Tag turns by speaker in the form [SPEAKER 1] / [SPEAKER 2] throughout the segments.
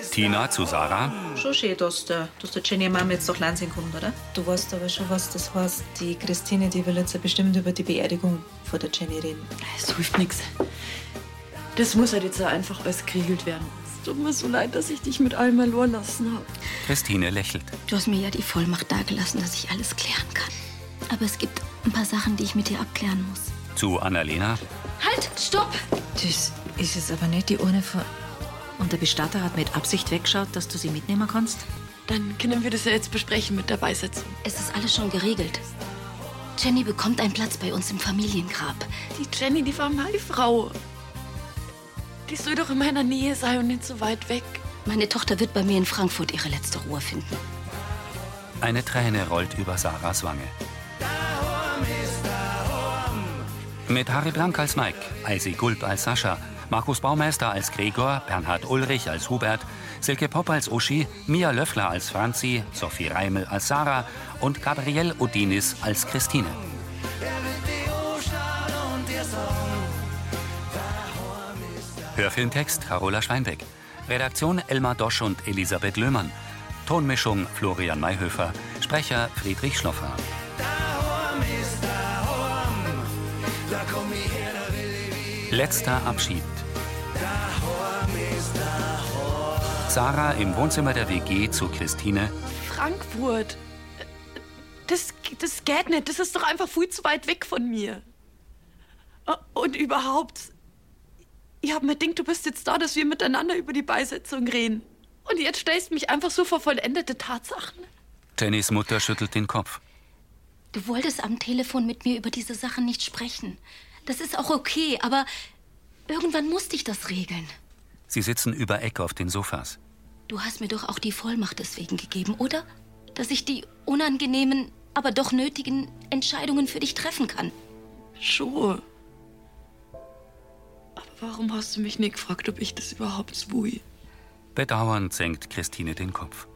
[SPEAKER 1] Christina zu Sarah.
[SPEAKER 2] Schon schön, dass der, dass der Jenny Mama jetzt nach Lansing kommt, oder?
[SPEAKER 3] Du weißt aber schon, was das heißt. Die Christine, die will jetzt bestimmt über die Beerdigung von der Jenny reden.
[SPEAKER 4] Es hilft nichts. Das muss halt jetzt auch einfach alles geregelt werden. Es tut mir so leid, dass ich dich mit allem verloren lassen habe.
[SPEAKER 1] Christine lächelt.
[SPEAKER 5] Du hast mir ja die Vollmacht dagelassen, dass ich alles klären kann. Aber es gibt ein paar Sachen, die ich mit dir abklären muss.
[SPEAKER 1] Zu Annalena.
[SPEAKER 5] Halt, stopp!
[SPEAKER 6] Das ist jetzt aber nicht die Urne von. Und der Bestatter hat mit Absicht weggeschaut, dass du sie mitnehmen kannst?
[SPEAKER 4] Dann können wir das ja jetzt besprechen mit der Beisetzung.
[SPEAKER 5] Es ist alles schon geregelt. Jenny bekommt einen Platz bei uns im Familiengrab.
[SPEAKER 4] Die Jenny, die war meine Frau. Die soll doch in meiner Nähe sein und nicht so weit weg.
[SPEAKER 5] Meine Tochter wird bei mir in Frankfurt ihre letzte Ruhe finden.
[SPEAKER 1] Eine Träne rollt über Sarahs Wange. Mit Harry Blank als Mike, Eisi Gulb als Sascha, Markus Baumeister als Gregor, Bernhard Ulrich als Hubert, Silke Popp als Uschi, Mia Löffler als Franzi, Sophie Reimel als Sarah und Gabrielle Odinis als Christine. Hörfilmtext Carola Schweinbeck. Redaktion Elmar Dosch und Elisabeth Löhmann. Tonmischung Florian Mayhöfer. Sprecher Friedrich Schloffer. Letzter Abschied. Sarah im Wohnzimmer der WG zu Christine.
[SPEAKER 4] Frankfurt. Das, das geht nicht. Das ist doch einfach viel zu weit weg von mir. Und überhaupt, ich hab mir gedacht, du bist jetzt da, dass wir miteinander über die Beisetzung reden. Und jetzt stellst du mich einfach so vor vollendete Tatsachen.
[SPEAKER 1] Jennys Mutter schüttelt den Kopf.
[SPEAKER 5] Du wolltest am Telefon mit mir über diese Sachen nicht sprechen. Das ist auch okay, aber irgendwann musste ich das regeln.
[SPEAKER 1] Sie sitzen über Eck auf den Sofas.
[SPEAKER 5] Du hast mir doch auch die Vollmacht deswegen gegeben, oder? Dass ich die unangenehmen, aber doch nötigen Entscheidungen für dich treffen kann.
[SPEAKER 4] Schuhe. Aber warum hast du mich nicht gefragt, ob ich das überhaupt swui?
[SPEAKER 1] Bedauernd senkt Christine den Kopf.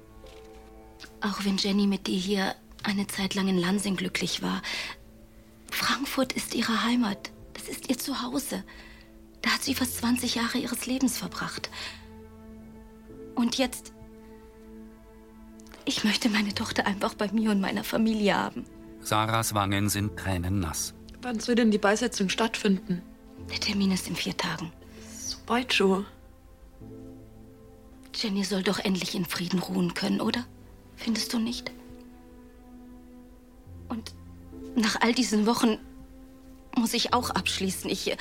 [SPEAKER 5] Auch wenn Jenny mit dir hier eine Zeit lang in Lansing glücklich war. Frankfurt ist ihre Heimat. Das ist ihr Zuhause. Da hat sie fast 20 Jahre ihres Lebens verbracht. Und jetzt. Ich möchte meine Tochter einfach bei mir und meiner Familie haben.
[SPEAKER 1] Sarahs Wangen sind tränennass.
[SPEAKER 4] Wann soll denn die Beisetzung stattfinden?
[SPEAKER 5] Der Termin ist in vier Tagen.
[SPEAKER 4] So bald schon.
[SPEAKER 5] Jenny soll doch endlich in Frieden ruhen können, oder? Findest du nicht? Und nach all diesen Wochen muss ich auch abschließen. Ich.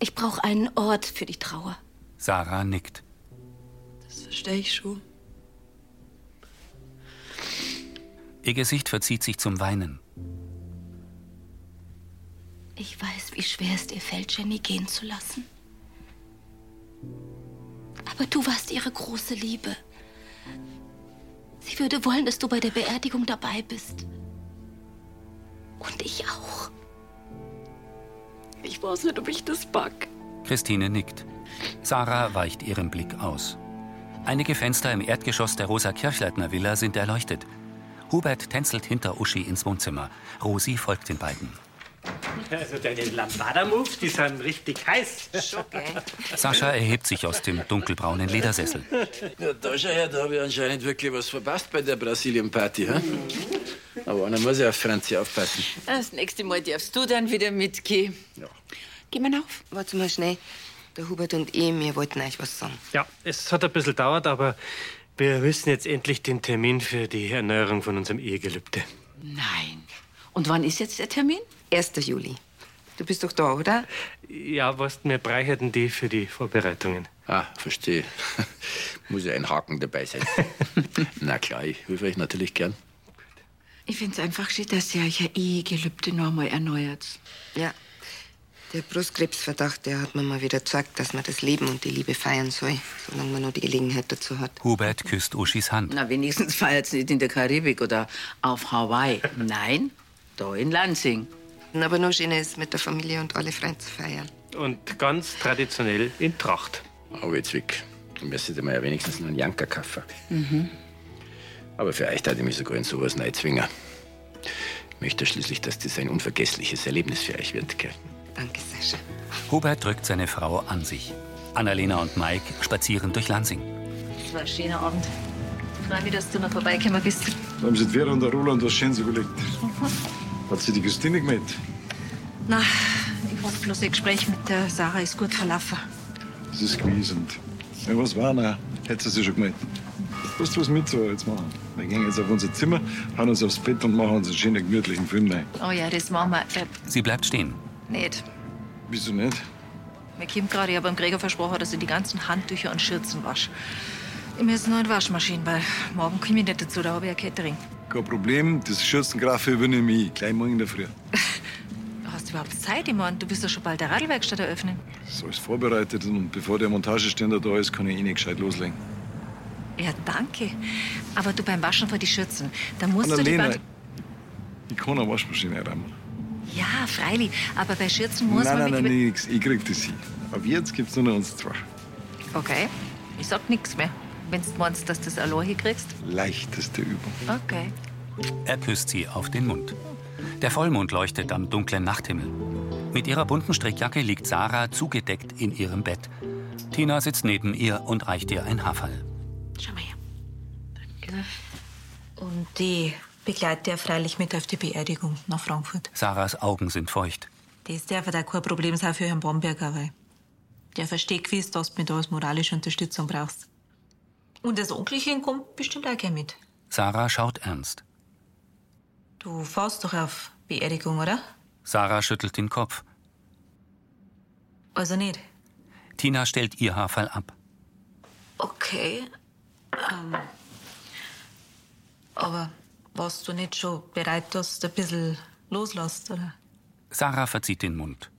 [SPEAKER 5] Ich brauche einen Ort für die Trauer.
[SPEAKER 1] Sarah nickt.
[SPEAKER 4] Das verstehe ich schon.
[SPEAKER 1] Ihr Gesicht verzieht sich zum Weinen.
[SPEAKER 5] Ich weiß, wie schwer es dir fällt, Jenny gehen zu lassen. Aber du warst ihre große Liebe. Sie würde wollen, dass du bei der Beerdigung dabei bist. Und ich auch.
[SPEAKER 4] Ich weiß nicht, ob ich das pack.
[SPEAKER 1] Christine nickt. Sarah weicht ihrem Blick aus. Einige Fenster im Erdgeschoss der Rosa Kirchleitner Villa sind erleuchtet. Hubert tänzelt hinter Uschi ins Wohnzimmer. Rosi folgt den beiden.
[SPEAKER 7] Also deine Lambada-Moves, die sind richtig heiß.
[SPEAKER 1] Sascha erhebt sich aus dem dunkelbraunen Ledersessel.
[SPEAKER 8] Ja, da schau her, da habe ich anscheinend wirklich was verpasst bei der Brasilien-Party. hä? Aber einer muss ja auf Franzi aufpassen.
[SPEAKER 9] Ah, Das nächste Mal darfst du dann wieder mitgehen.
[SPEAKER 8] Ja.
[SPEAKER 9] Geh mal auf.
[SPEAKER 10] Warte mal schnell. Der Hubert und ich, wir wollten euch was sagen.
[SPEAKER 7] Ja, es hat ein bisschen gedauert, aber wir wissen jetzt endlich den Termin für die Erneuerung von unserem Ehegelübde.
[SPEAKER 9] Nein. Und wann ist jetzt der Termin?
[SPEAKER 10] 1. Juli. Du bist doch da, oder?
[SPEAKER 7] Ja, was mir breicherten die für die Vorbereitungen.
[SPEAKER 8] Ah, verstehe. muss ja ein Haken dabei sein. Na klar, ich helfe euch natürlich gern.
[SPEAKER 4] Ich find's einfach schön, dass ihr euch ein Ehegelübde nochmal erneuert.
[SPEAKER 10] Ja. Der Brustkrebsverdacht, der hat mir mal wieder gezeigt, dass man das Leben und die Liebe feiern soll, solange man noch die Gelegenheit dazu hat.
[SPEAKER 1] Hubert küsst Uschis Hand.
[SPEAKER 9] Na, wenigstens feiert's nicht in der Karibik oder auf Hawaii. Nein, da in Lansing.
[SPEAKER 10] Aber noch schöner ist, mit der Familie und alle Freunde zu feiern.
[SPEAKER 7] Und ganz traditionell in Tracht.
[SPEAKER 8] Aber jetzt weg. Dann müsstet ihr mir ja wenigstens noch einen Janker kaufen.
[SPEAKER 9] Mhm.
[SPEAKER 8] Aber für euch darf ich mich sogar in sowas neizwingen. Ich möchte schließlich, dass das ein unvergessliches Erlebnis für euch wird, gell?
[SPEAKER 10] Danke, Sascha.
[SPEAKER 1] Hubert drückt seine Frau an sich. Annalena und Mike spazieren durch Lansing.
[SPEAKER 11] Es war ein schöner Abend. Ich freue mich, dass du noch vorbeigekommen bist.
[SPEAKER 12] Da haben sich die Vera und der Roland was Schönes überlegt. Hat sie die Christine gemeldet?
[SPEAKER 11] Na, ich hoffe bloß, ihr Gespräch mit der Sarah ist gut verlaufen.
[SPEAKER 12] Das ist gewesen. Wenn was war, na, hätte sie sich schon gemeldet. Weißt du, was wir zwei jetzt machen? Wir gehen jetzt auf unser Zimmer, hauen uns aufs Bett und machen uns einen schönen, gemütlichen Film rein.
[SPEAKER 11] Oh ja, das machen wir äh,
[SPEAKER 1] Sie bleibt stehen.
[SPEAKER 11] nicht.
[SPEAKER 12] Wieso nicht?
[SPEAKER 11] Mir kommt gerade, ich habe dem Gregor versprochen, dass ich die ganzen Handtücher und Schürzen wasche. Ich muss noch in die Waschmaschine, weil morgen komme ich nicht dazu, da habe ich ja Catering.
[SPEAKER 12] Kein Problem, das Schürzengrafe übernehme ich. Gleich morgen in der Früh.
[SPEAKER 11] Hast du überhaupt Zeit? Ich meine, du bist ja schon bald der Radlwerkstatt eröffnen.
[SPEAKER 12] So ist vorbereitet und bevor der Montageständer da ist, kann ich eh nicht gescheit loslegen.
[SPEAKER 11] Ja, danke. Aber du beim Waschen von die Schürzen, da musst du
[SPEAKER 12] Annalena,
[SPEAKER 11] die...
[SPEAKER 12] ich kann eine Waschmaschine reinmachen.
[SPEAKER 11] Ba- Ja, freilich, aber bei Schürzen muss
[SPEAKER 12] Nein,
[SPEAKER 11] man...
[SPEAKER 12] nein, nein,
[SPEAKER 11] mit-
[SPEAKER 12] nix. Ich krieg das hin. Ab jetzt gibt's nur noch uns zwei.
[SPEAKER 11] Okay, ich sag nichts mehr. Wenn du meinst, dass du das allein hinkriegst.
[SPEAKER 12] Leichteste Übung.
[SPEAKER 11] Okay.
[SPEAKER 1] Er küsst sie auf den Mund. Der Vollmond leuchtet am dunklen Nachthimmel. Mit ihrer bunten Strickjacke liegt Sarah zugedeckt in ihrem Bett. Tina sitzt neben ihr und reicht ihr ein Haferl.
[SPEAKER 3] Schau mal her. Danke. Und die begleitet er freilich mit auf die Beerdigung nach Frankfurt.
[SPEAKER 1] Sarahs Augen sind feucht.
[SPEAKER 3] Das darf da kein Problem sein für Herrn Bomberger, weil der versteht gewiss, dass du mir da als moralische Unterstützung brauchst. Und das Onkelchen kommt bestimmt auch gern mit.
[SPEAKER 1] Sarah schaut ernst.
[SPEAKER 3] Du fährst doch auf Beerdigung, oder?
[SPEAKER 1] Sarah schüttelt den Kopf.
[SPEAKER 3] Also nicht.
[SPEAKER 1] Tina stellt ihr Haferl ab.
[SPEAKER 3] Okay. Ähm, aber warst du nicht schon bereit, dass du ein bisschen loslässt, oder?
[SPEAKER 1] Sarah verzieht den Mund.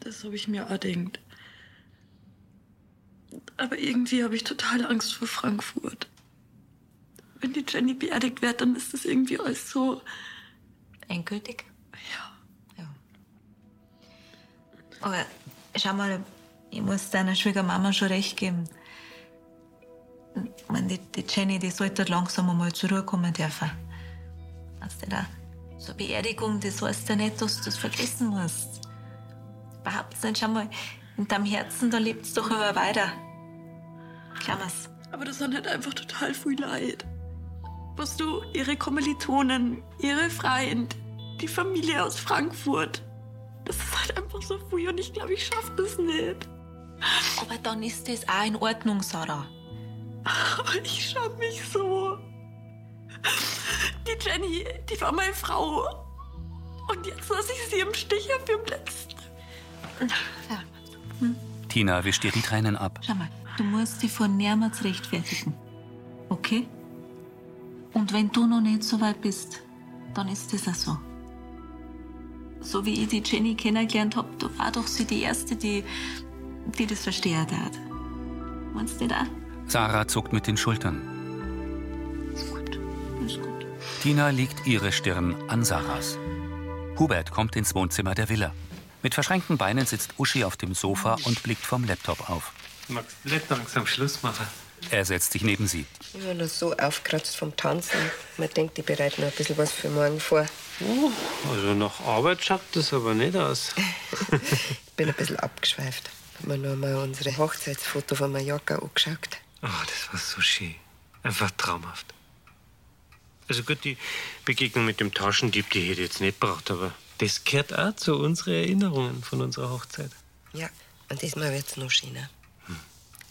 [SPEAKER 4] Das habe ich mir auch denkt. Aber irgendwie habe ich total Angst vor Frankfurt. Wenn die Jenny beerdigt wird, dann ist das irgendwie alles so.
[SPEAKER 3] Endgültig? Aber schau mal, ich muss deiner Schwiegermama schon recht geben. Ich meine, die, die Jenny, die sollte langsam einmal zur Ruhe kommen dürfen. Weißt du da? So Beerdigung, das heißt ja nicht, dass du das vergessen musst. Überhaupt nicht, schau mal, in deinem Herzen, da lebt's doch aber weiter. Klammer's.
[SPEAKER 4] Aber das hat halt einfach total viel Leid. Was du, ihre Kommilitonen, ihre Freund, die Familie aus Frankfurt. Das ist halt einfach so viel und ich glaube, ich schaffe das nicht.
[SPEAKER 3] Aber dann ist das auch in Ordnung, Sarah.
[SPEAKER 4] Aber ich schäme mich so. Die Jenny, die war meine Frau. Und jetzt lasse ich sie im Stich auf ihrem letzten.
[SPEAKER 1] Tina wischt ihr die Tränen ab.
[SPEAKER 3] Schau mal, du musst dich vor niemals rechtfertigen. Okay? Und wenn du noch nicht so weit bist, dann ist das auch so. So wie ich die Jenny kennengelernt hab, da war doch sie die Erste, die, die das verstehen hat. Meinst du nicht auch?
[SPEAKER 1] Sarah zuckt mit den Schultern.
[SPEAKER 3] Ist gut.
[SPEAKER 1] Tina legt ihre Stirn an Sarahs. Hubert kommt ins Wohnzimmer der Villa. Mit verschränkten Beinen sitzt Uschi auf dem Sofa und blickt vom Laptop auf.
[SPEAKER 7] Magst du nicht langsam Schluss machen?
[SPEAKER 1] Er setzt sich neben sie.
[SPEAKER 10] Ich war noch so aufgekratzt vom Tanzen. Man denkt, ich bereite noch ein bisschen was für morgen vor.
[SPEAKER 9] Oh.
[SPEAKER 7] Also nach Arbeit schaut das aber nicht aus.
[SPEAKER 10] Ich bin ein bisschen abgeschweift. Hab mir noch mal unsere Hochzeitsfoto von Mallorca angeschaut.
[SPEAKER 7] Ach, Ah, das war so schön. Einfach traumhaft. Also gut, die Begegnung mit dem Taschendieb, die hätte ich jetzt nicht gebraucht, aber das gehört auch zu unseren Erinnerungen von unserer Hochzeit.
[SPEAKER 10] Ja, und diesmal wird's noch schöner.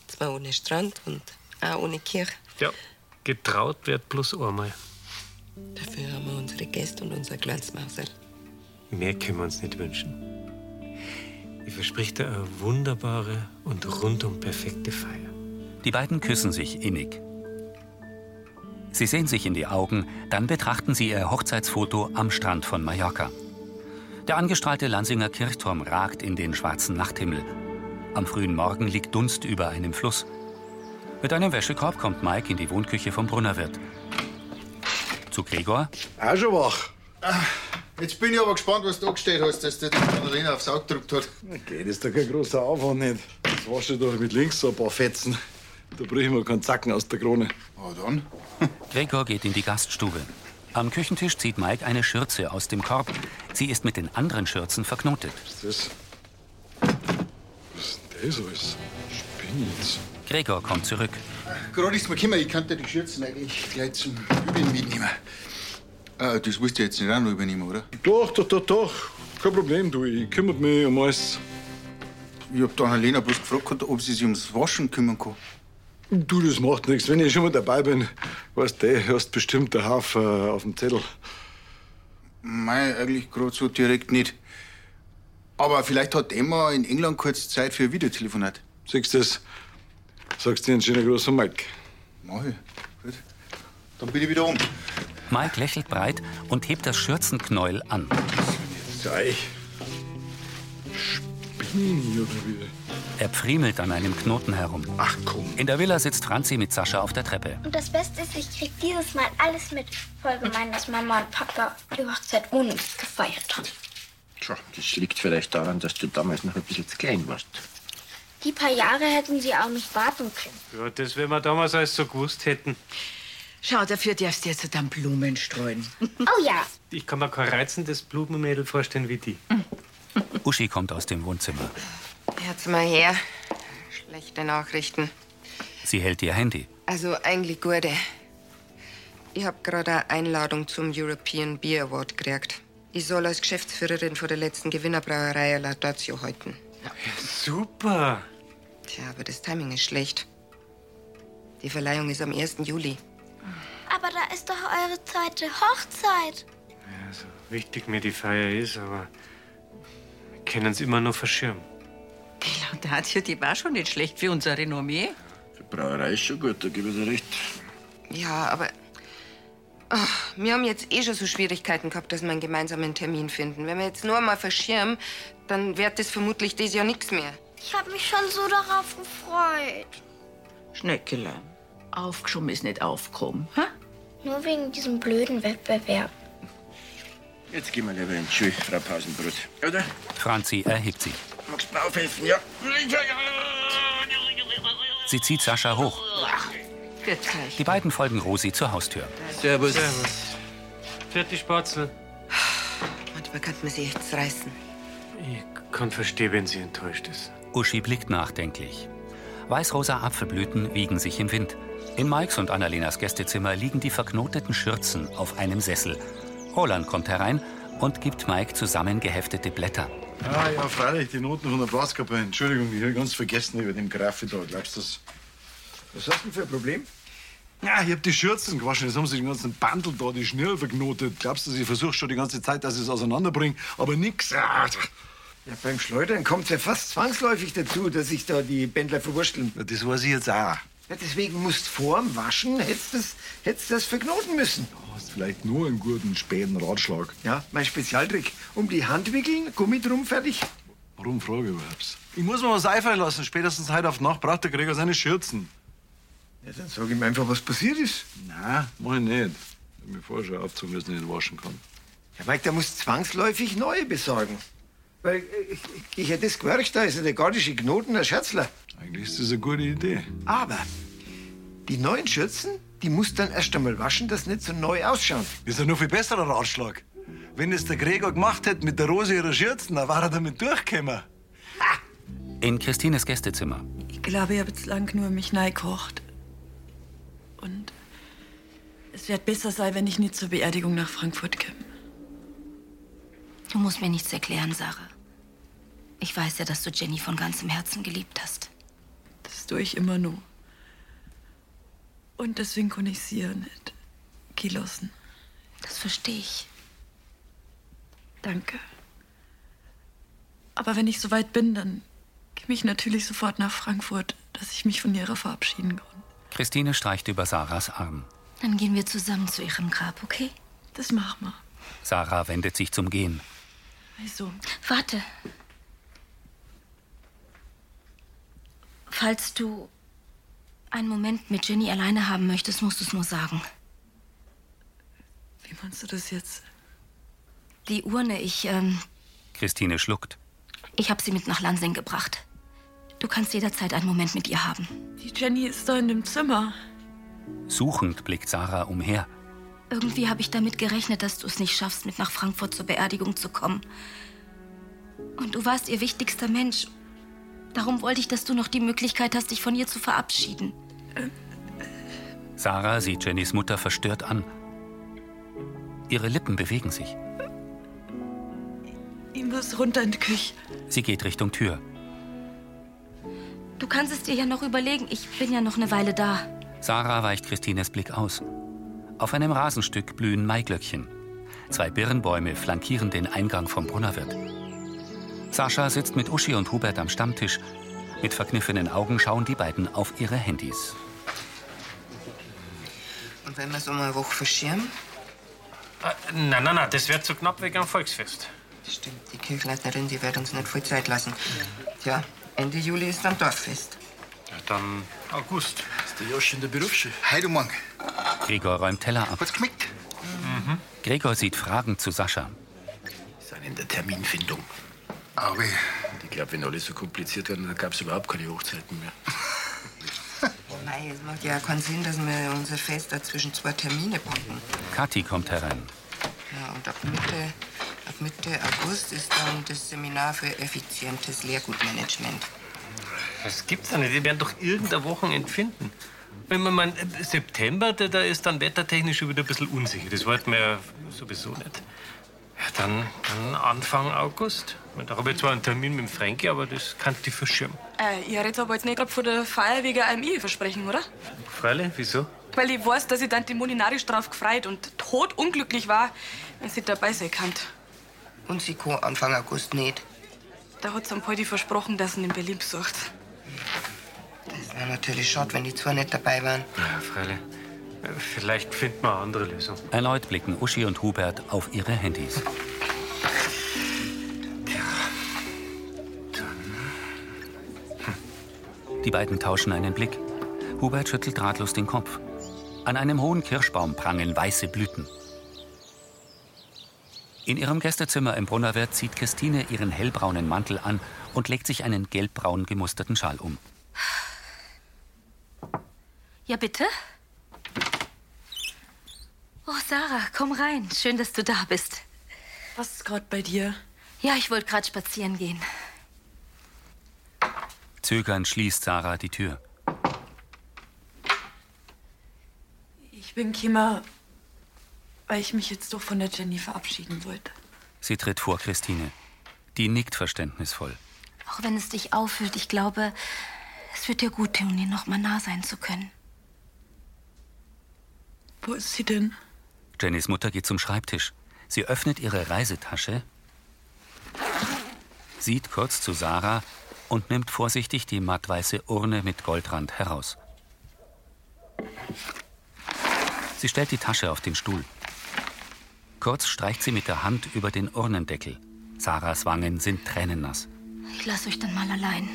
[SPEAKER 10] Diesmal ohne Strand und auch ohne Kirche.
[SPEAKER 7] Ja, getraut wird bloß einmal.
[SPEAKER 10] Dafür haben wir unsere Gäste und unser kleines Mausel.
[SPEAKER 7] Mehr können wir uns nicht wünschen. Ich versprich dir eine wunderbare und rundum perfekte Feier.
[SPEAKER 1] Die beiden küssen sich innig. Sie sehen sich in die Augen, dann betrachten sie ihr Hochzeitsfoto am Strand von Mallorca. Der angestrahlte Lansinger Kirchturm ragt in den schwarzen Nachthimmel. Am frühen Morgen liegt Dunst über einem Fluss. Mit einem Wäschekorb kommt Mike in die Wohnküche vom Brunnerwirt. Zu Gregor.
[SPEAKER 13] Auch schon wach. Ah, Jetzt bin ich aber gespannt, was du angestellt hast, dass dir die Annalena aufs Auge gedrückt hat.
[SPEAKER 12] Okay, das ist doch kein großer Aufwand nicht. Das wasche ich doch mit links so ein paar Fetzen. Da brüchen wir keinen Zacken aus der Krone.
[SPEAKER 13] Ah, dann?
[SPEAKER 1] Gregor geht in die Gaststube. Am Küchentisch zieht Mike eine Schürze aus dem Korb. Sie ist mit den anderen Schürzen verknotet.
[SPEAKER 12] Das ist das alles? Spinnt's.
[SPEAKER 1] Gregor kommt zurück.
[SPEAKER 13] Gerade ist mir gekommen, ich könnte die Schürzen eigentlich gleich zum Üben mitnehmen. Ah, das willst du jetzt nicht auch noch übernehmen, oder?
[SPEAKER 12] Doch, doch, doch, doch. Kein Problem, du. Ich kümmere mich um alles.
[SPEAKER 13] Ich hab da Helena bloß gefragt, gehabt, ob sie sich ums Waschen kümmern kann.
[SPEAKER 12] Du, das macht nichts. Wenn ich schon mal dabei bin, weißt du, hast bestimmt der Haufen äh, auf dem Zettel.
[SPEAKER 13] Mei, eigentlich gerade so direkt nicht. Aber vielleicht hat Emma in England kurz Zeit für ein Videotelefonat.
[SPEAKER 12] Siehst du das? Sagst du einen schönen Gruß von Mike?
[SPEAKER 13] Mach ich. Gut. Dann bin ich wieder um.
[SPEAKER 1] Mike lächelt breit und hebt das Schürzenknäuel an.
[SPEAKER 12] Sei. Spinni oder wie?
[SPEAKER 1] Er pfriemelt an einem Knoten herum.
[SPEAKER 12] Ach komm.
[SPEAKER 1] In der Villa sitzt Franzi mit Sascha auf der Treppe.
[SPEAKER 14] Und das Beste ist, ich krieg dieses Mal alles mit. Voll gemein, dass Mama und Papa die Hochzeit ohne mich gefeiert haben.
[SPEAKER 8] Tja, das liegt vielleicht daran, dass du damals noch ein bisschen zu klein warst.
[SPEAKER 14] Die paar Jahre hätten sie auch nicht warten können.
[SPEAKER 7] Ja, das, wenn wir damals alles so gewusst hätten.
[SPEAKER 9] Schau, dafür darfst du jetzt dann Blumen streuen.
[SPEAKER 14] Oh ja.
[SPEAKER 7] Ich kann mir kein reizendes Blumenmädel vorstellen wie die.
[SPEAKER 1] Uschi kommt aus dem Wohnzimmer.
[SPEAKER 10] Jetzt mal her. Schlechte Nachrichten.
[SPEAKER 1] Sie hält ihr Handy.
[SPEAKER 10] Also eigentlich gute. Ich hab gerade eine Einladung zum European Beer Award gekriegt. Ich soll als Geschäftsführerin von der letzten Gewinnerbrauerei Laudatio halten.
[SPEAKER 7] Super.
[SPEAKER 10] Tja, aber das Timing ist schlecht. Die Verleihung ist am 1. Juli.
[SPEAKER 14] Aber da ist doch eure zweite Hochzeit.
[SPEAKER 7] Also, wichtig mir die Feier ist, aber wir können uns immer nur verschirmen.
[SPEAKER 9] Laudatio, die war schon nicht schlecht für unser Renommee.
[SPEAKER 8] Die Brauerei ist schon gut, da gebe ich dir recht.
[SPEAKER 10] Ja, aber. Ach, wir haben jetzt eh schon so Schwierigkeiten gehabt, dass wir einen gemeinsamen Termin finden. Wenn wir jetzt nur mal verschirmen, dann wird das vermutlich dieses Jahr nichts mehr.
[SPEAKER 14] Ich habe mich schon so darauf gefreut.
[SPEAKER 9] Schneckele. Aufgeschoben ist nicht aufgekommen. Ha?
[SPEAKER 14] Nur wegen diesem blöden Wettbewerb.
[SPEAKER 8] Jetzt gehen wir lieber in die Schule, Frau Pausenbrot. Oder?
[SPEAKER 1] Franzi erhebt sich.
[SPEAKER 8] Magst du mir aufhelfen? Ja.
[SPEAKER 1] Sie zieht Sascha hoch.
[SPEAKER 9] Wird gleich.
[SPEAKER 1] Die beiden folgen Rosi zur Haustür.
[SPEAKER 7] Servus. Servus. Vierte Spatzel.
[SPEAKER 10] Manchmal kann man sich jetzt reißen.
[SPEAKER 7] Kann verstehen, wenn sie enttäuscht ist.
[SPEAKER 1] Uschi blickt nachdenklich. Weißrosa Apfelblüten wiegen sich im Wind. In Mikes und Annalenas Gästezimmer liegen die verknoteten Schürzen auf einem Sessel. Roland kommt herein und gibt Mike zusammengeheftete Blätter.
[SPEAKER 12] Ah, ja, freilich, die Noten von der Blaskappe. Entschuldigung, ich habe ganz vergessen über den Graffi da. Glaubst du das? Was hast du denn für ein Problem? Ja, ich hab die Schürzen gewaschen. Jetzt haben sie den ganzen Bandel da, die Schnür verknotet. Glaubst du, ich versuche schon die ganze Zeit, dass ich es auseinanderbringe? Aber nix. Ah,
[SPEAKER 15] Ja, beim Schleudern kommt es ja fast zwangsläufig dazu, dass sich da die Bändler verwurschteln.
[SPEAKER 12] das weiß ich jetzt auch.
[SPEAKER 15] Ja, deswegen musst vorm Waschen, hättest das, hättest das verknoten müssen.
[SPEAKER 12] Hast vielleicht nur einen guten späten Ratschlag.
[SPEAKER 15] Ja, mein Spezialtrick. Um die Hand wickeln, Gummi drum, fertig.
[SPEAKER 12] Warum frage ich überhaupt? Ich muss mir was einfallen lassen. Spätestens heute auf Nacht braucht der Gregor seine Schürzen.
[SPEAKER 15] Ja, dann sag ihm einfach, was passiert ist.
[SPEAKER 12] Na, mach ich nicht. Ich hab mir vorher schon aufgezogen, dass ich nicht waschen kann.
[SPEAKER 15] Ja, Mike, der muss zwangsläufig neue besorgen. Weil äh, ich, ich hätte das gemerkt, da ist ja der gardische Knoten, der Scherzler.
[SPEAKER 12] Eigentlich ist das eine gute Idee.
[SPEAKER 15] Aber die neuen Schürzen, die muss dann erst einmal waschen, dass nicht so neu ausschauen.
[SPEAKER 12] Das ist ja noch viel besserer Ratschlag. Wenn es der Gregor gemacht hätte mit der Rose ihrer Schürzen, dann war er damit durchgekommen.
[SPEAKER 1] In Christines Gästezimmer.
[SPEAKER 4] Ich glaube, ich habe jetzt lang nur mich neikocht. Und es wird besser sein, wenn ich nicht zur Beerdigung nach Frankfurt komme.
[SPEAKER 5] Du musst mir nichts erklären, Sarah. Ich weiß ja, dass du Jenny von ganzem Herzen geliebt hast.
[SPEAKER 4] Das tue ich immer nur. Und deswegen kann ich sie ja nicht gelassen.
[SPEAKER 5] Das verstehe ich.
[SPEAKER 4] Danke. Aber wenn ich soweit bin, dann komme ich natürlich sofort nach Frankfurt, dass ich mich von ihrer verabschieden kann.
[SPEAKER 1] Christine streicht über Sarahs Arm.
[SPEAKER 5] Dann gehen wir zusammen zu ihrem Grab, okay?
[SPEAKER 4] Das machen wir.
[SPEAKER 1] Sarah wendet sich zum Gehen.
[SPEAKER 4] Wieso?
[SPEAKER 5] Warte. Falls du einen Moment mit Jenny alleine haben möchtest, musst du es nur sagen.
[SPEAKER 4] Wie meinst du das jetzt?
[SPEAKER 5] Die Urne, ich, ähm,
[SPEAKER 1] Christine schluckt.
[SPEAKER 5] ich habe sie mit nach Lansing gebracht. Du kannst jederzeit einen Moment mit ihr haben.
[SPEAKER 4] Die Jenny ist da in dem Zimmer.
[SPEAKER 1] Suchend blickt Sarah umher.
[SPEAKER 5] Irgendwie habe ich damit gerechnet, dass du es nicht schaffst, mit nach Frankfurt zur Beerdigung zu kommen. Und du warst ihr wichtigster Mensch. Darum wollte ich, dass du noch die Möglichkeit hast, dich von ihr zu verabschieden.
[SPEAKER 1] Sarah sieht Jennys Mutter verstört an. Ihre Lippen bewegen sich.
[SPEAKER 4] Ich muss runter in die Küche.
[SPEAKER 1] Sie geht Richtung Tür.
[SPEAKER 5] Du kannst es dir ja noch überlegen. Ich bin ja noch eine Weile da.
[SPEAKER 1] Sarah weicht Christines Blick aus. Auf einem Rasenstück blühen Maiglöckchen. Zwei Birnbäume flankieren den Eingang vom Brunnerwirt. Sascha sitzt mit Uschi und Hubert am Stammtisch. Mit verkniffenen Augen schauen die beiden auf ihre Handys.
[SPEAKER 10] Und wenn wir es um eine Woche verschirmen?
[SPEAKER 7] Äh, Nein, nein, nein, das wäre zu knapp wegen einem Volksfest.
[SPEAKER 10] Stimmt, die Kirchleiterin, die wird uns nicht viel Zeit lassen. Tja, Ende Juli ist dann Dorffest.
[SPEAKER 7] Ja, dann August.
[SPEAKER 13] Ist der Josch in der Berufsschule? Heute Morgen.
[SPEAKER 1] Gregor räumt Teller ab. Mhm. Gregor sieht fragend zu Sascha.
[SPEAKER 8] Sind in der Terminfindung. Aber ich glaube, wenn alles so kompliziert wäre, dann gab es überhaupt keine Hochzeiten mehr.
[SPEAKER 10] Nein, es macht ja keinen Sinn, dass wir unser Fest da zwischen zwei Termine packen.
[SPEAKER 1] Kathi kommt herein.
[SPEAKER 10] Ja, und ab Mitte, ab Mitte August ist dann das Seminar für effizientes Lehrgutmanagement.
[SPEAKER 7] Das gibt's doch nicht. Die werden doch irgendein Wochenende finden. Wenn man mein, äh, September, da, da ist dann wettertechnisch schon wieder ein bisschen unsicher. Das wollten wir ja sowieso nicht. Ja, dann, dann Anfang August. Da habe ich zwar einen Termin mit dem Frankie, aber das kann die verschirmen.
[SPEAKER 16] Äh, ihr redet aber jetzt nicht gerade von der Feier wegen einem Eheversprechen, oder?
[SPEAKER 7] Freilich, wieso?
[SPEAKER 16] Weil ich weiß, dass ich Tante Molinarisch drauf gefreut und tot unglücklich war, wenn sie dabei sein kann.
[SPEAKER 10] Und sie kann Anfang August nicht.
[SPEAKER 16] Da hat am Poldi versprochen, dass sie ihn in Berlin besucht.
[SPEAKER 10] Das wäre natürlich schade, wenn die zwei nicht dabei waren.
[SPEAKER 7] Ja, Freilich. Äh, Vielleicht finden wir eine andere Lösung.
[SPEAKER 1] Erneut blicken Uschi und Hubert auf ihre Handys. Die beiden tauschen einen Blick. Hubert schüttelt ratlos den Kopf. An einem hohen Kirschbaum prangen weiße Blüten. In ihrem Gästezimmer im Brunnerwirt zieht Christine ihren hellbraunen Mantel an und legt sich einen gelbbraun gemusterten Schal um.
[SPEAKER 5] Ja, bitte? Oh, Sarah, komm rein. Schön, dass du da bist.
[SPEAKER 16] Was ist gerade bei dir?
[SPEAKER 5] Ja, ich wollte gerade spazieren gehen.
[SPEAKER 1] Zögernd schließt Sarah die Tür.
[SPEAKER 16] Ich bin Kimmer, weil ich mich jetzt doch von der Jenny verabschieden wollte.
[SPEAKER 1] Sie tritt vor Christine. Die nickt verständnisvoll.
[SPEAKER 5] Auch wenn es dich auffühlt, ich glaube, es wird dir gut tun, ihr noch mal nah sein zu können.
[SPEAKER 16] Wo ist sie denn?
[SPEAKER 1] Jennys Mutter geht zum Schreibtisch. Sie öffnet ihre Reisetasche, sieht kurz zu Sarah und nimmt vorsichtig die mattweiße Urne mit Goldrand heraus. Sie stellt die Tasche auf den Stuhl. Kurz streicht sie mit der Hand über den Urnendeckel. Sarahs Wangen sind tränennass.
[SPEAKER 5] Ich lasse euch dann mal allein.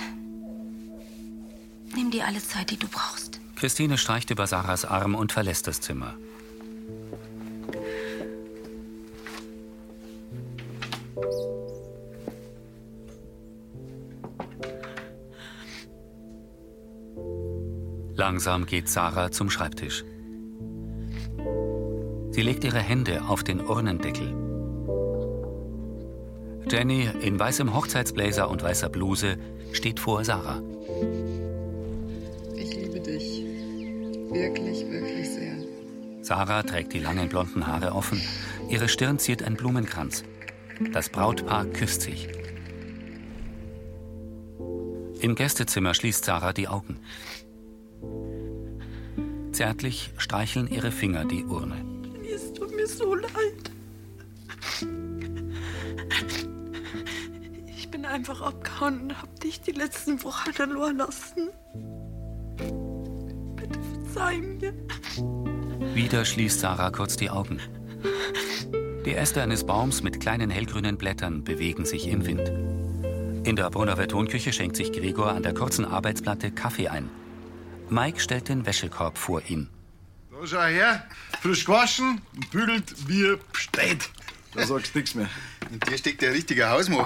[SPEAKER 5] Nimm dir alle Zeit, die du brauchst.
[SPEAKER 1] Christine streicht über Sarahs Arm und verlässt das Zimmer. Langsam geht Sarah zum Schreibtisch. Sie legt ihre Hände auf den Urnendeckel. Jenny in weißem Hochzeitsblazer und weißer Bluse steht vor Sarah.
[SPEAKER 17] Ich liebe dich. Wirklich, wirklich sehr.
[SPEAKER 1] Sarah trägt die langen blonden Haare offen. Ihre Stirn ziert ein Blumenkranz. Das Brautpaar küsst sich. Im Gästezimmer schließt Sarah die Augen. Zärtlich streicheln ihre Finger die Urne.
[SPEAKER 4] Es tut mir so leid. Ich bin einfach abgehauen und hab dich die letzten Wochen verloren lassen. Bitte verzeih mir.
[SPEAKER 1] Wieder schließt Sarah kurz die Augen. Die Äste eines Baums mit kleinen hellgrünen Blättern bewegen sich im Wind. In der Brunnerwehr Tonküche schenkt sich Gregor an der kurzen Arbeitsplatte Kaffee ein. Mike stellt den Wäschekorb vor ihn.
[SPEAKER 12] Da schau her, frisch gewaschen und bügelt wie bestellt. Da sagst du nichts mehr.
[SPEAKER 13] In dir steckt der richtige Hausmann.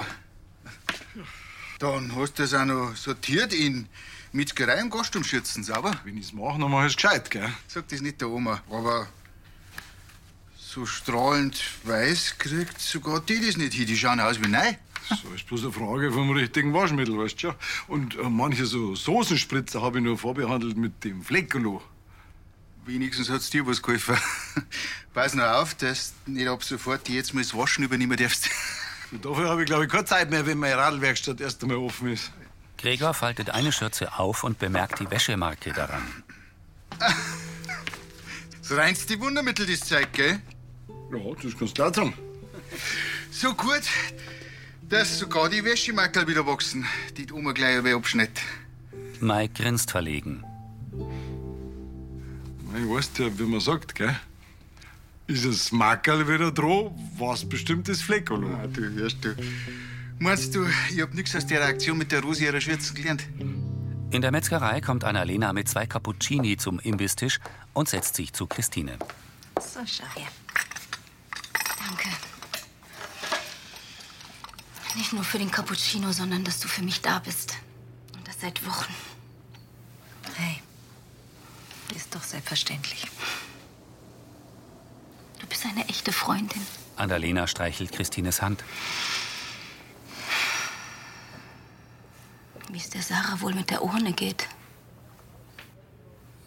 [SPEAKER 13] Dann hast du das auch noch sortiert in Metzgerei und Gastumschürzen, sauber?
[SPEAKER 12] Wenn ich's mache, dann mach ich's gescheit, gell?
[SPEAKER 13] Sag das nicht der Oma, aber so strahlend weiß kriegt sogar die das nicht hin. Die schauen aus wie neu.
[SPEAKER 12] So ist bloß eine Frage vom richtigen Waschmittel, weißt du schon. Und äh, manche so Soßenspritzer habe ich nur vorbehandelt mit dem Fleckerlo.
[SPEAKER 13] Wenigstens hat's dir was geholfen. Pass nur auf, dass du nicht ab sofort die jetzt mal das Waschen übernehmen darfst.
[SPEAKER 12] Dafür habe ich, glaube ich, keine Zeit mehr, wenn meine Radlwerkstatt erst einmal offen ist.
[SPEAKER 1] Gregor faltet eine Schürze auf und bemerkt die Wäschemarke daran.
[SPEAKER 13] So reinst die Wundermittel, das Zeug, gell?
[SPEAKER 12] Ja, das kannst du auch sagen.
[SPEAKER 13] So gut, dass sogar die Wäschemarkel wieder wachsen, die die Oma gleich wieder abschnitt.
[SPEAKER 1] Mike grinst verlegen.
[SPEAKER 12] Ich weiß ja, wie man sagt, gell? Ist das Mackerl wieder droh, was bestimmt das Fleckerl.
[SPEAKER 13] du hörst du. Meinst du, ich hab nichts aus der Aktion mit der Rosi ihrer Schürzen gelernt?
[SPEAKER 1] In der Metzgerei kommt Annalena mit zwei Cappuccini zum Imbistisch und setzt sich zu Christine.
[SPEAKER 5] So, schau her. Danke. Nicht nur für den Cappuccino, sondern dass du für mich da bist. Und das seit Wochen.
[SPEAKER 6] Hey, ist doch selbstverständlich.
[SPEAKER 5] Du bist eine echte Freundin.
[SPEAKER 1] Annalena streichelt Christines Hand.
[SPEAKER 5] Wie es der Sarah wohl mit der Urne geht.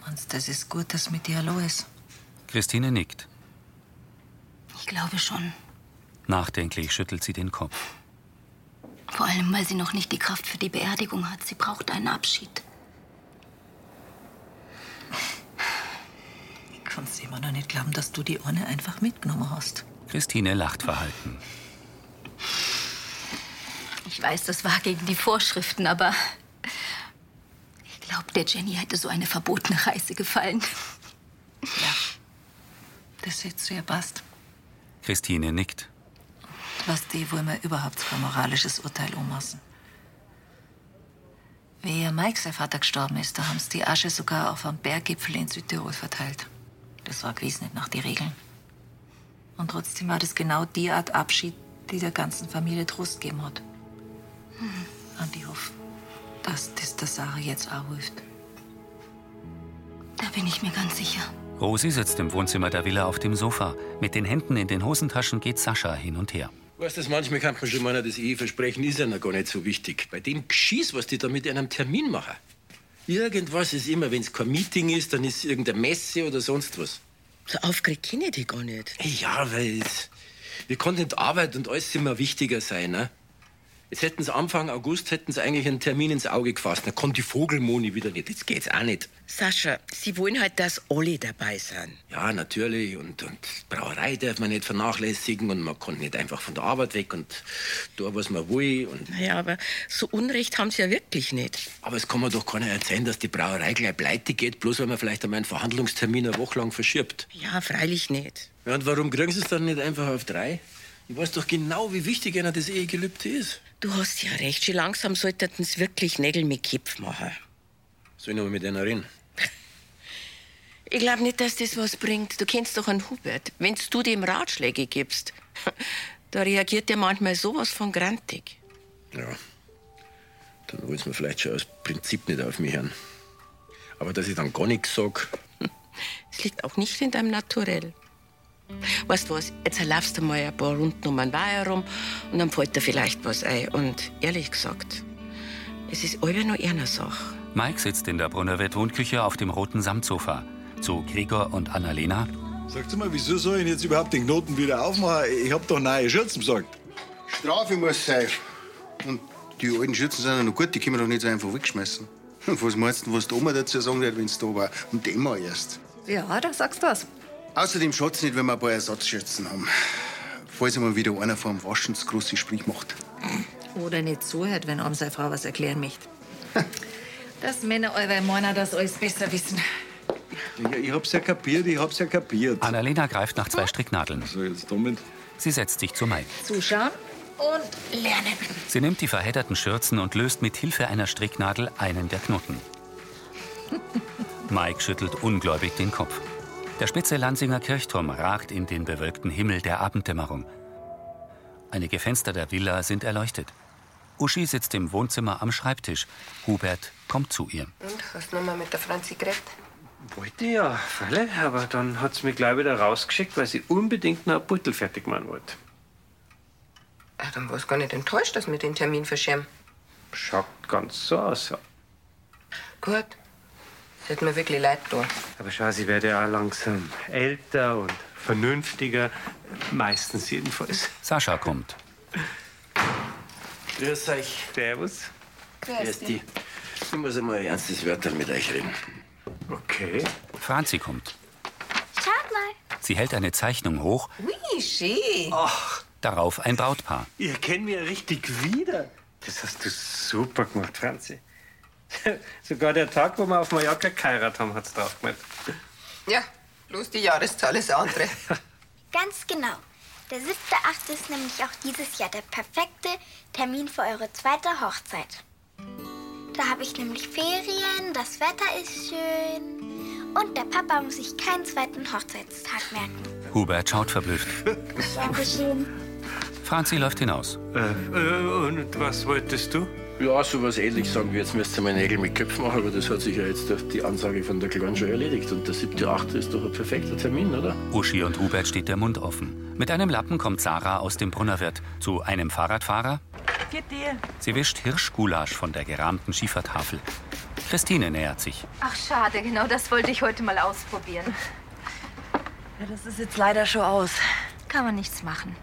[SPEAKER 6] Meinst das ist gut, dass mit dir Hallo ist?
[SPEAKER 1] Christine nickt.
[SPEAKER 5] Ich glaube schon.
[SPEAKER 1] Nachdenklich schüttelt sie den Kopf.
[SPEAKER 5] Vor allem, weil sie noch nicht die Kraft für die Beerdigung hat. Sie braucht einen Abschied.
[SPEAKER 6] Ich kann's immer noch nicht glauben, dass du die Urne einfach mitgenommen hast.
[SPEAKER 1] Christine lacht verhalten.
[SPEAKER 5] Ich weiß, das war gegen die Vorschriften, aber ich glaube, der Jenny hätte so eine verbotene Reise gefallen.
[SPEAKER 6] Das hättest du ja passt.
[SPEAKER 1] Christine nickt.
[SPEAKER 6] Was die wohl mir überhaupt für ein moralisches Urteil ummaßen. Wie ihr Mike sein Vater gestorben ist, da haben sie die Asche sogar auf einem Berggipfel in Südtirol verteilt. Das war gewiss nicht nach den Regeln. Und trotzdem war das genau die Art Abschied, die der ganzen Familie Trost gegeben hat.
[SPEAKER 5] Hm.
[SPEAKER 6] Und ich hoffe, dass das der Sache jetzt auch hilft.
[SPEAKER 5] Da bin ich mir ganz sicher.
[SPEAKER 1] Rosi sitzt im Wohnzimmer der Villa auf dem Sofa. Mit den Händen in den Hosentaschen geht Sascha hin und her.
[SPEAKER 8] Weißt du, manchmal kann man schon meinen, das Eheversprechen ist ja noch gar nicht so wichtig. Bei dem Geschiss, was die da mit einem Termin machen. Irgendwas ist immer, wenn es kein Meeting ist, dann ist irgendeine Messe oder sonst was.
[SPEAKER 18] So aufgeregt kenne ich die gar nicht.
[SPEAKER 8] Ja, weil es- wir konnten die Arbeit und alles immer wichtiger sein, ne? Jetzt hätten sie Anfang August hätten sie eigentlich einen Termin ins Auge gefasst. Da kommt die Vogelmoni wieder nicht. Jetzt geht's auch nicht.
[SPEAKER 18] Sascha, Sie wollen halt, dass alle dabei sind.
[SPEAKER 8] Ja, natürlich. Und, und Brauerei darf man nicht vernachlässigen und man kann nicht einfach von der Arbeit weg und da, was man will. Und
[SPEAKER 18] Naja, aber so Unrecht haben Sie ja wirklich nicht.
[SPEAKER 8] Aber es kann mir doch keiner erzählen, dass die Brauerei gleich pleite geht, bloß weil man vielleicht einmal einen Verhandlungstermin eine Woche lang verschiebt.
[SPEAKER 18] Ja, freilich nicht.
[SPEAKER 8] Ja, und warum kriegen sie es dann nicht einfach auf drei? Ich weiß doch genau, wie wichtig einer das Ehegelübde ist.
[SPEAKER 18] Du hast ja recht, schon langsam sollten Sie wirklich Nägel mit Kipf machen.
[SPEAKER 8] Soll ich noch mal mit einer reden?
[SPEAKER 18] Ich glaube nicht, dass das was bringt. Du kennst doch einen Hubert. Wenn du dem Ratschläge gibst, da reagiert der manchmal sowas von grantig.
[SPEAKER 8] Ja. Dann wollen sie mir vielleicht schon aus Prinzip nicht auf mich hören. Aber dass ich dann gar nichts sag,
[SPEAKER 18] Es liegt auch nicht in deinem Naturell. Weißt du was, jetzt laufst du mal ein paar Runden um den Weiher rum und dann fällt dir vielleicht was ein. Und ehrlich gesagt, es ist alle noch einer Sache.
[SPEAKER 1] Mike sitzt in der Brunnerwirt Wohnküche auf dem roten Samtsofa. Zu Gregor und Annalena.
[SPEAKER 12] Sagt's mal, wieso soll ich denn jetzt überhaupt den Knoten wieder aufmachen? Ich hab doch neue Schürzen besorgt.
[SPEAKER 13] Strafe muss sein. Und die alten Schürzen sind ja noch gut, die können wir doch nicht so einfach wegschmeißen. Was meinst du, was die Oma dazu sagen wird, wenn es da war? Und die Emma erst.
[SPEAKER 11] Ja, da sagst du was.
[SPEAKER 13] Außerdem schaut's nicht, wenn wir ein paar Ersatzschürzen haben. Falls einmal wieder einer vor dem Waschen das große Sprich macht.
[SPEAKER 11] Oder nicht zuhört, wenn einem seine Frau was erklären möchte. Dass Männer eurer Männer das alles besser wissen.
[SPEAKER 12] Ja, ich hab's ja kapiert, ich hab's ja kapiert.
[SPEAKER 1] Annalena greift nach zwei Stricknadeln.
[SPEAKER 12] So, jetzt damit.
[SPEAKER 1] Sie setzt sich zu Mike.
[SPEAKER 11] Zuschauen und lernen.
[SPEAKER 1] Sie nimmt die verhedderten Schürzen und löst mit Hilfe einer Stricknadel einen der Knoten. Mike schüttelt ungläubig den Kopf. Der spitze Lansinger Kirchturm ragt in den bewölkten Himmel der Abenddämmerung. Einige Fenster der Villa sind erleuchtet. Uschi sitzt im Wohnzimmer am Schreibtisch. Hubert kommt zu ihr.
[SPEAKER 10] Und hast du nochmal mit der Franzi geredet?
[SPEAKER 7] Wollte ja, Falle, aber dann hat sie mich gleich wieder rausgeschickt, weil sie unbedingt noch ein Beutel fertig machen wollte.
[SPEAKER 10] Ja, Ah, dann war es gar nicht enttäuscht, dass wir den Termin verschieben.
[SPEAKER 7] Schaut ganz so aus, ja.
[SPEAKER 10] Gut. Es hat mir wirklich leid getan.
[SPEAKER 7] Aber schau, sie werde ja auch langsam älter und vernünftiger. Meistens jedenfalls.
[SPEAKER 1] Sascha kommt.
[SPEAKER 8] Grüß euch.
[SPEAKER 7] Servus.
[SPEAKER 8] Grüß dich. Ich muss einmal ein ernstes Wörterl mit euch reden.
[SPEAKER 7] Okay.
[SPEAKER 1] Franzi kommt.
[SPEAKER 14] Schaut mal.
[SPEAKER 1] Sie hält eine Zeichnung hoch,
[SPEAKER 10] Ui, schön.
[SPEAKER 1] darauf ein Brautpaar.
[SPEAKER 7] Ihr kennt mich ja richtig wieder. Das hast du super gemacht, Franzi. Sogar der Tag, wo wir auf Mallorca geheiratet haben, hat's drauf gemacht.
[SPEAKER 10] Ja, bloß die Jahreszahl ist eine andere.
[SPEAKER 14] Ganz genau. Der 7.8. ist nämlich auch dieses Jahr der perfekte Termin für eure zweite Hochzeit. Da habe ich nämlich Ferien, das Wetter ist schön und der Papa muss sich keinen zweiten Hochzeitstag merken.
[SPEAKER 1] Hubert schaut verblüfft.
[SPEAKER 14] Dankeschön.
[SPEAKER 1] Franzi läuft hinaus.
[SPEAKER 7] Äh, und was wolltest du?
[SPEAKER 8] Ja, sowas ähnlich sagen wir. Jetzt müsst ihr mal Nägel mit Köpfen machen, aber das hat sich ja jetzt durch die Ansage von der Kleinen schon erledigt. Und der 7.8. ist doch ein perfekter Termin, oder?
[SPEAKER 1] Uschi und Hubert steht der Mund offen. Mit einem Lappen kommt Sarah aus dem Brunnerwirt zu einem Fahrradfahrer.
[SPEAKER 4] Für dir.
[SPEAKER 1] Sie wischt Hirschgulasch von der gerahmten Schiefertafel. Christine nähert sich.
[SPEAKER 5] Ach, schade, genau das wollte ich heute mal ausprobieren.
[SPEAKER 4] Ja, das ist jetzt leider schon aus.
[SPEAKER 5] Kann man nichts machen.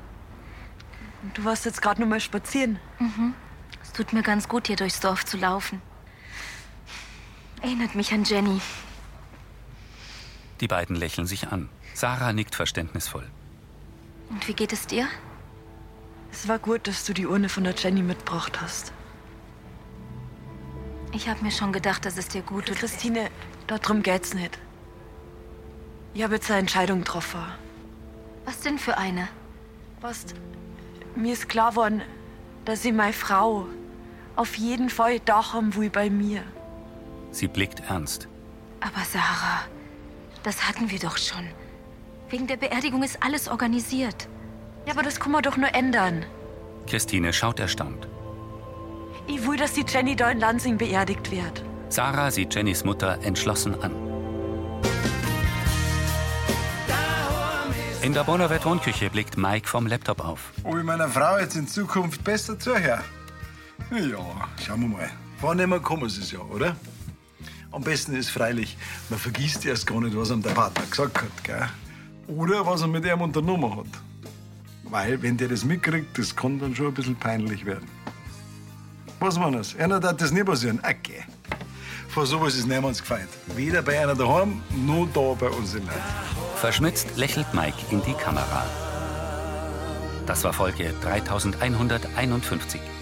[SPEAKER 4] Und Du warst jetzt gerade nur mal spazieren.
[SPEAKER 5] Mhm. Es tut mir ganz gut, hier durchs Dorf zu laufen. Erinnert mich an Jenny.
[SPEAKER 1] Die beiden lächeln sich an. Sarah nickt verständnisvoll.
[SPEAKER 5] Und wie geht es dir?
[SPEAKER 4] Es war gut, dass du die Urne von der Jenny mitgebracht hast.
[SPEAKER 5] Ich habe mir schon gedacht, dass es dir gut tut.
[SPEAKER 4] Christine, darum geht's nicht. Ich habe jetzt eine Entscheidung getroffen.
[SPEAKER 5] Was denn für eine?
[SPEAKER 4] Was? Mir ist klar geworden, dass ich meine Frau auf jeden Fall da haben will bei mir.
[SPEAKER 1] Sie blickt ernst.
[SPEAKER 5] Aber Sarah, das hatten wir doch schon. Wegen der Beerdigung ist alles organisiert.
[SPEAKER 4] Ja, aber das kann man doch nur ändern.
[SPEAKER 1] Christine schaut erstaunt.
[SPEAKER 4] Ich will, dass die Jenny da in Lansing beerdigt wird.
[SPEAKER 1] Sarah sieht Jennys Mutter entschlossen an. In der Bonnerwetter Wohnküche blickt Mike vom Laptop auf.
[SPEAKER 12] Ob ich meiner Frau jetzt in Zukunft besser zuhöre? Ja, schauen wir mal. Wann immer kommen sie es ja, oder? Am besten ist freilich, man vergisst erst gar nicht, was ihm der Partner gesagt hat, gell? Oder was er mit ihm unternommen hat. Weil, wenn der das mitkriegt, das kann dann schon ein bisschen peinlich werden. Was war das? Einer darf das nie passieren. Okay. Vor sowas ist niemand gefeit. Weder bei einer daheim, noch da bei uns in Leid.
[SPEAKER 1] Verschmitzt lächelt Mike in die Kamera. Das war Folge 3151.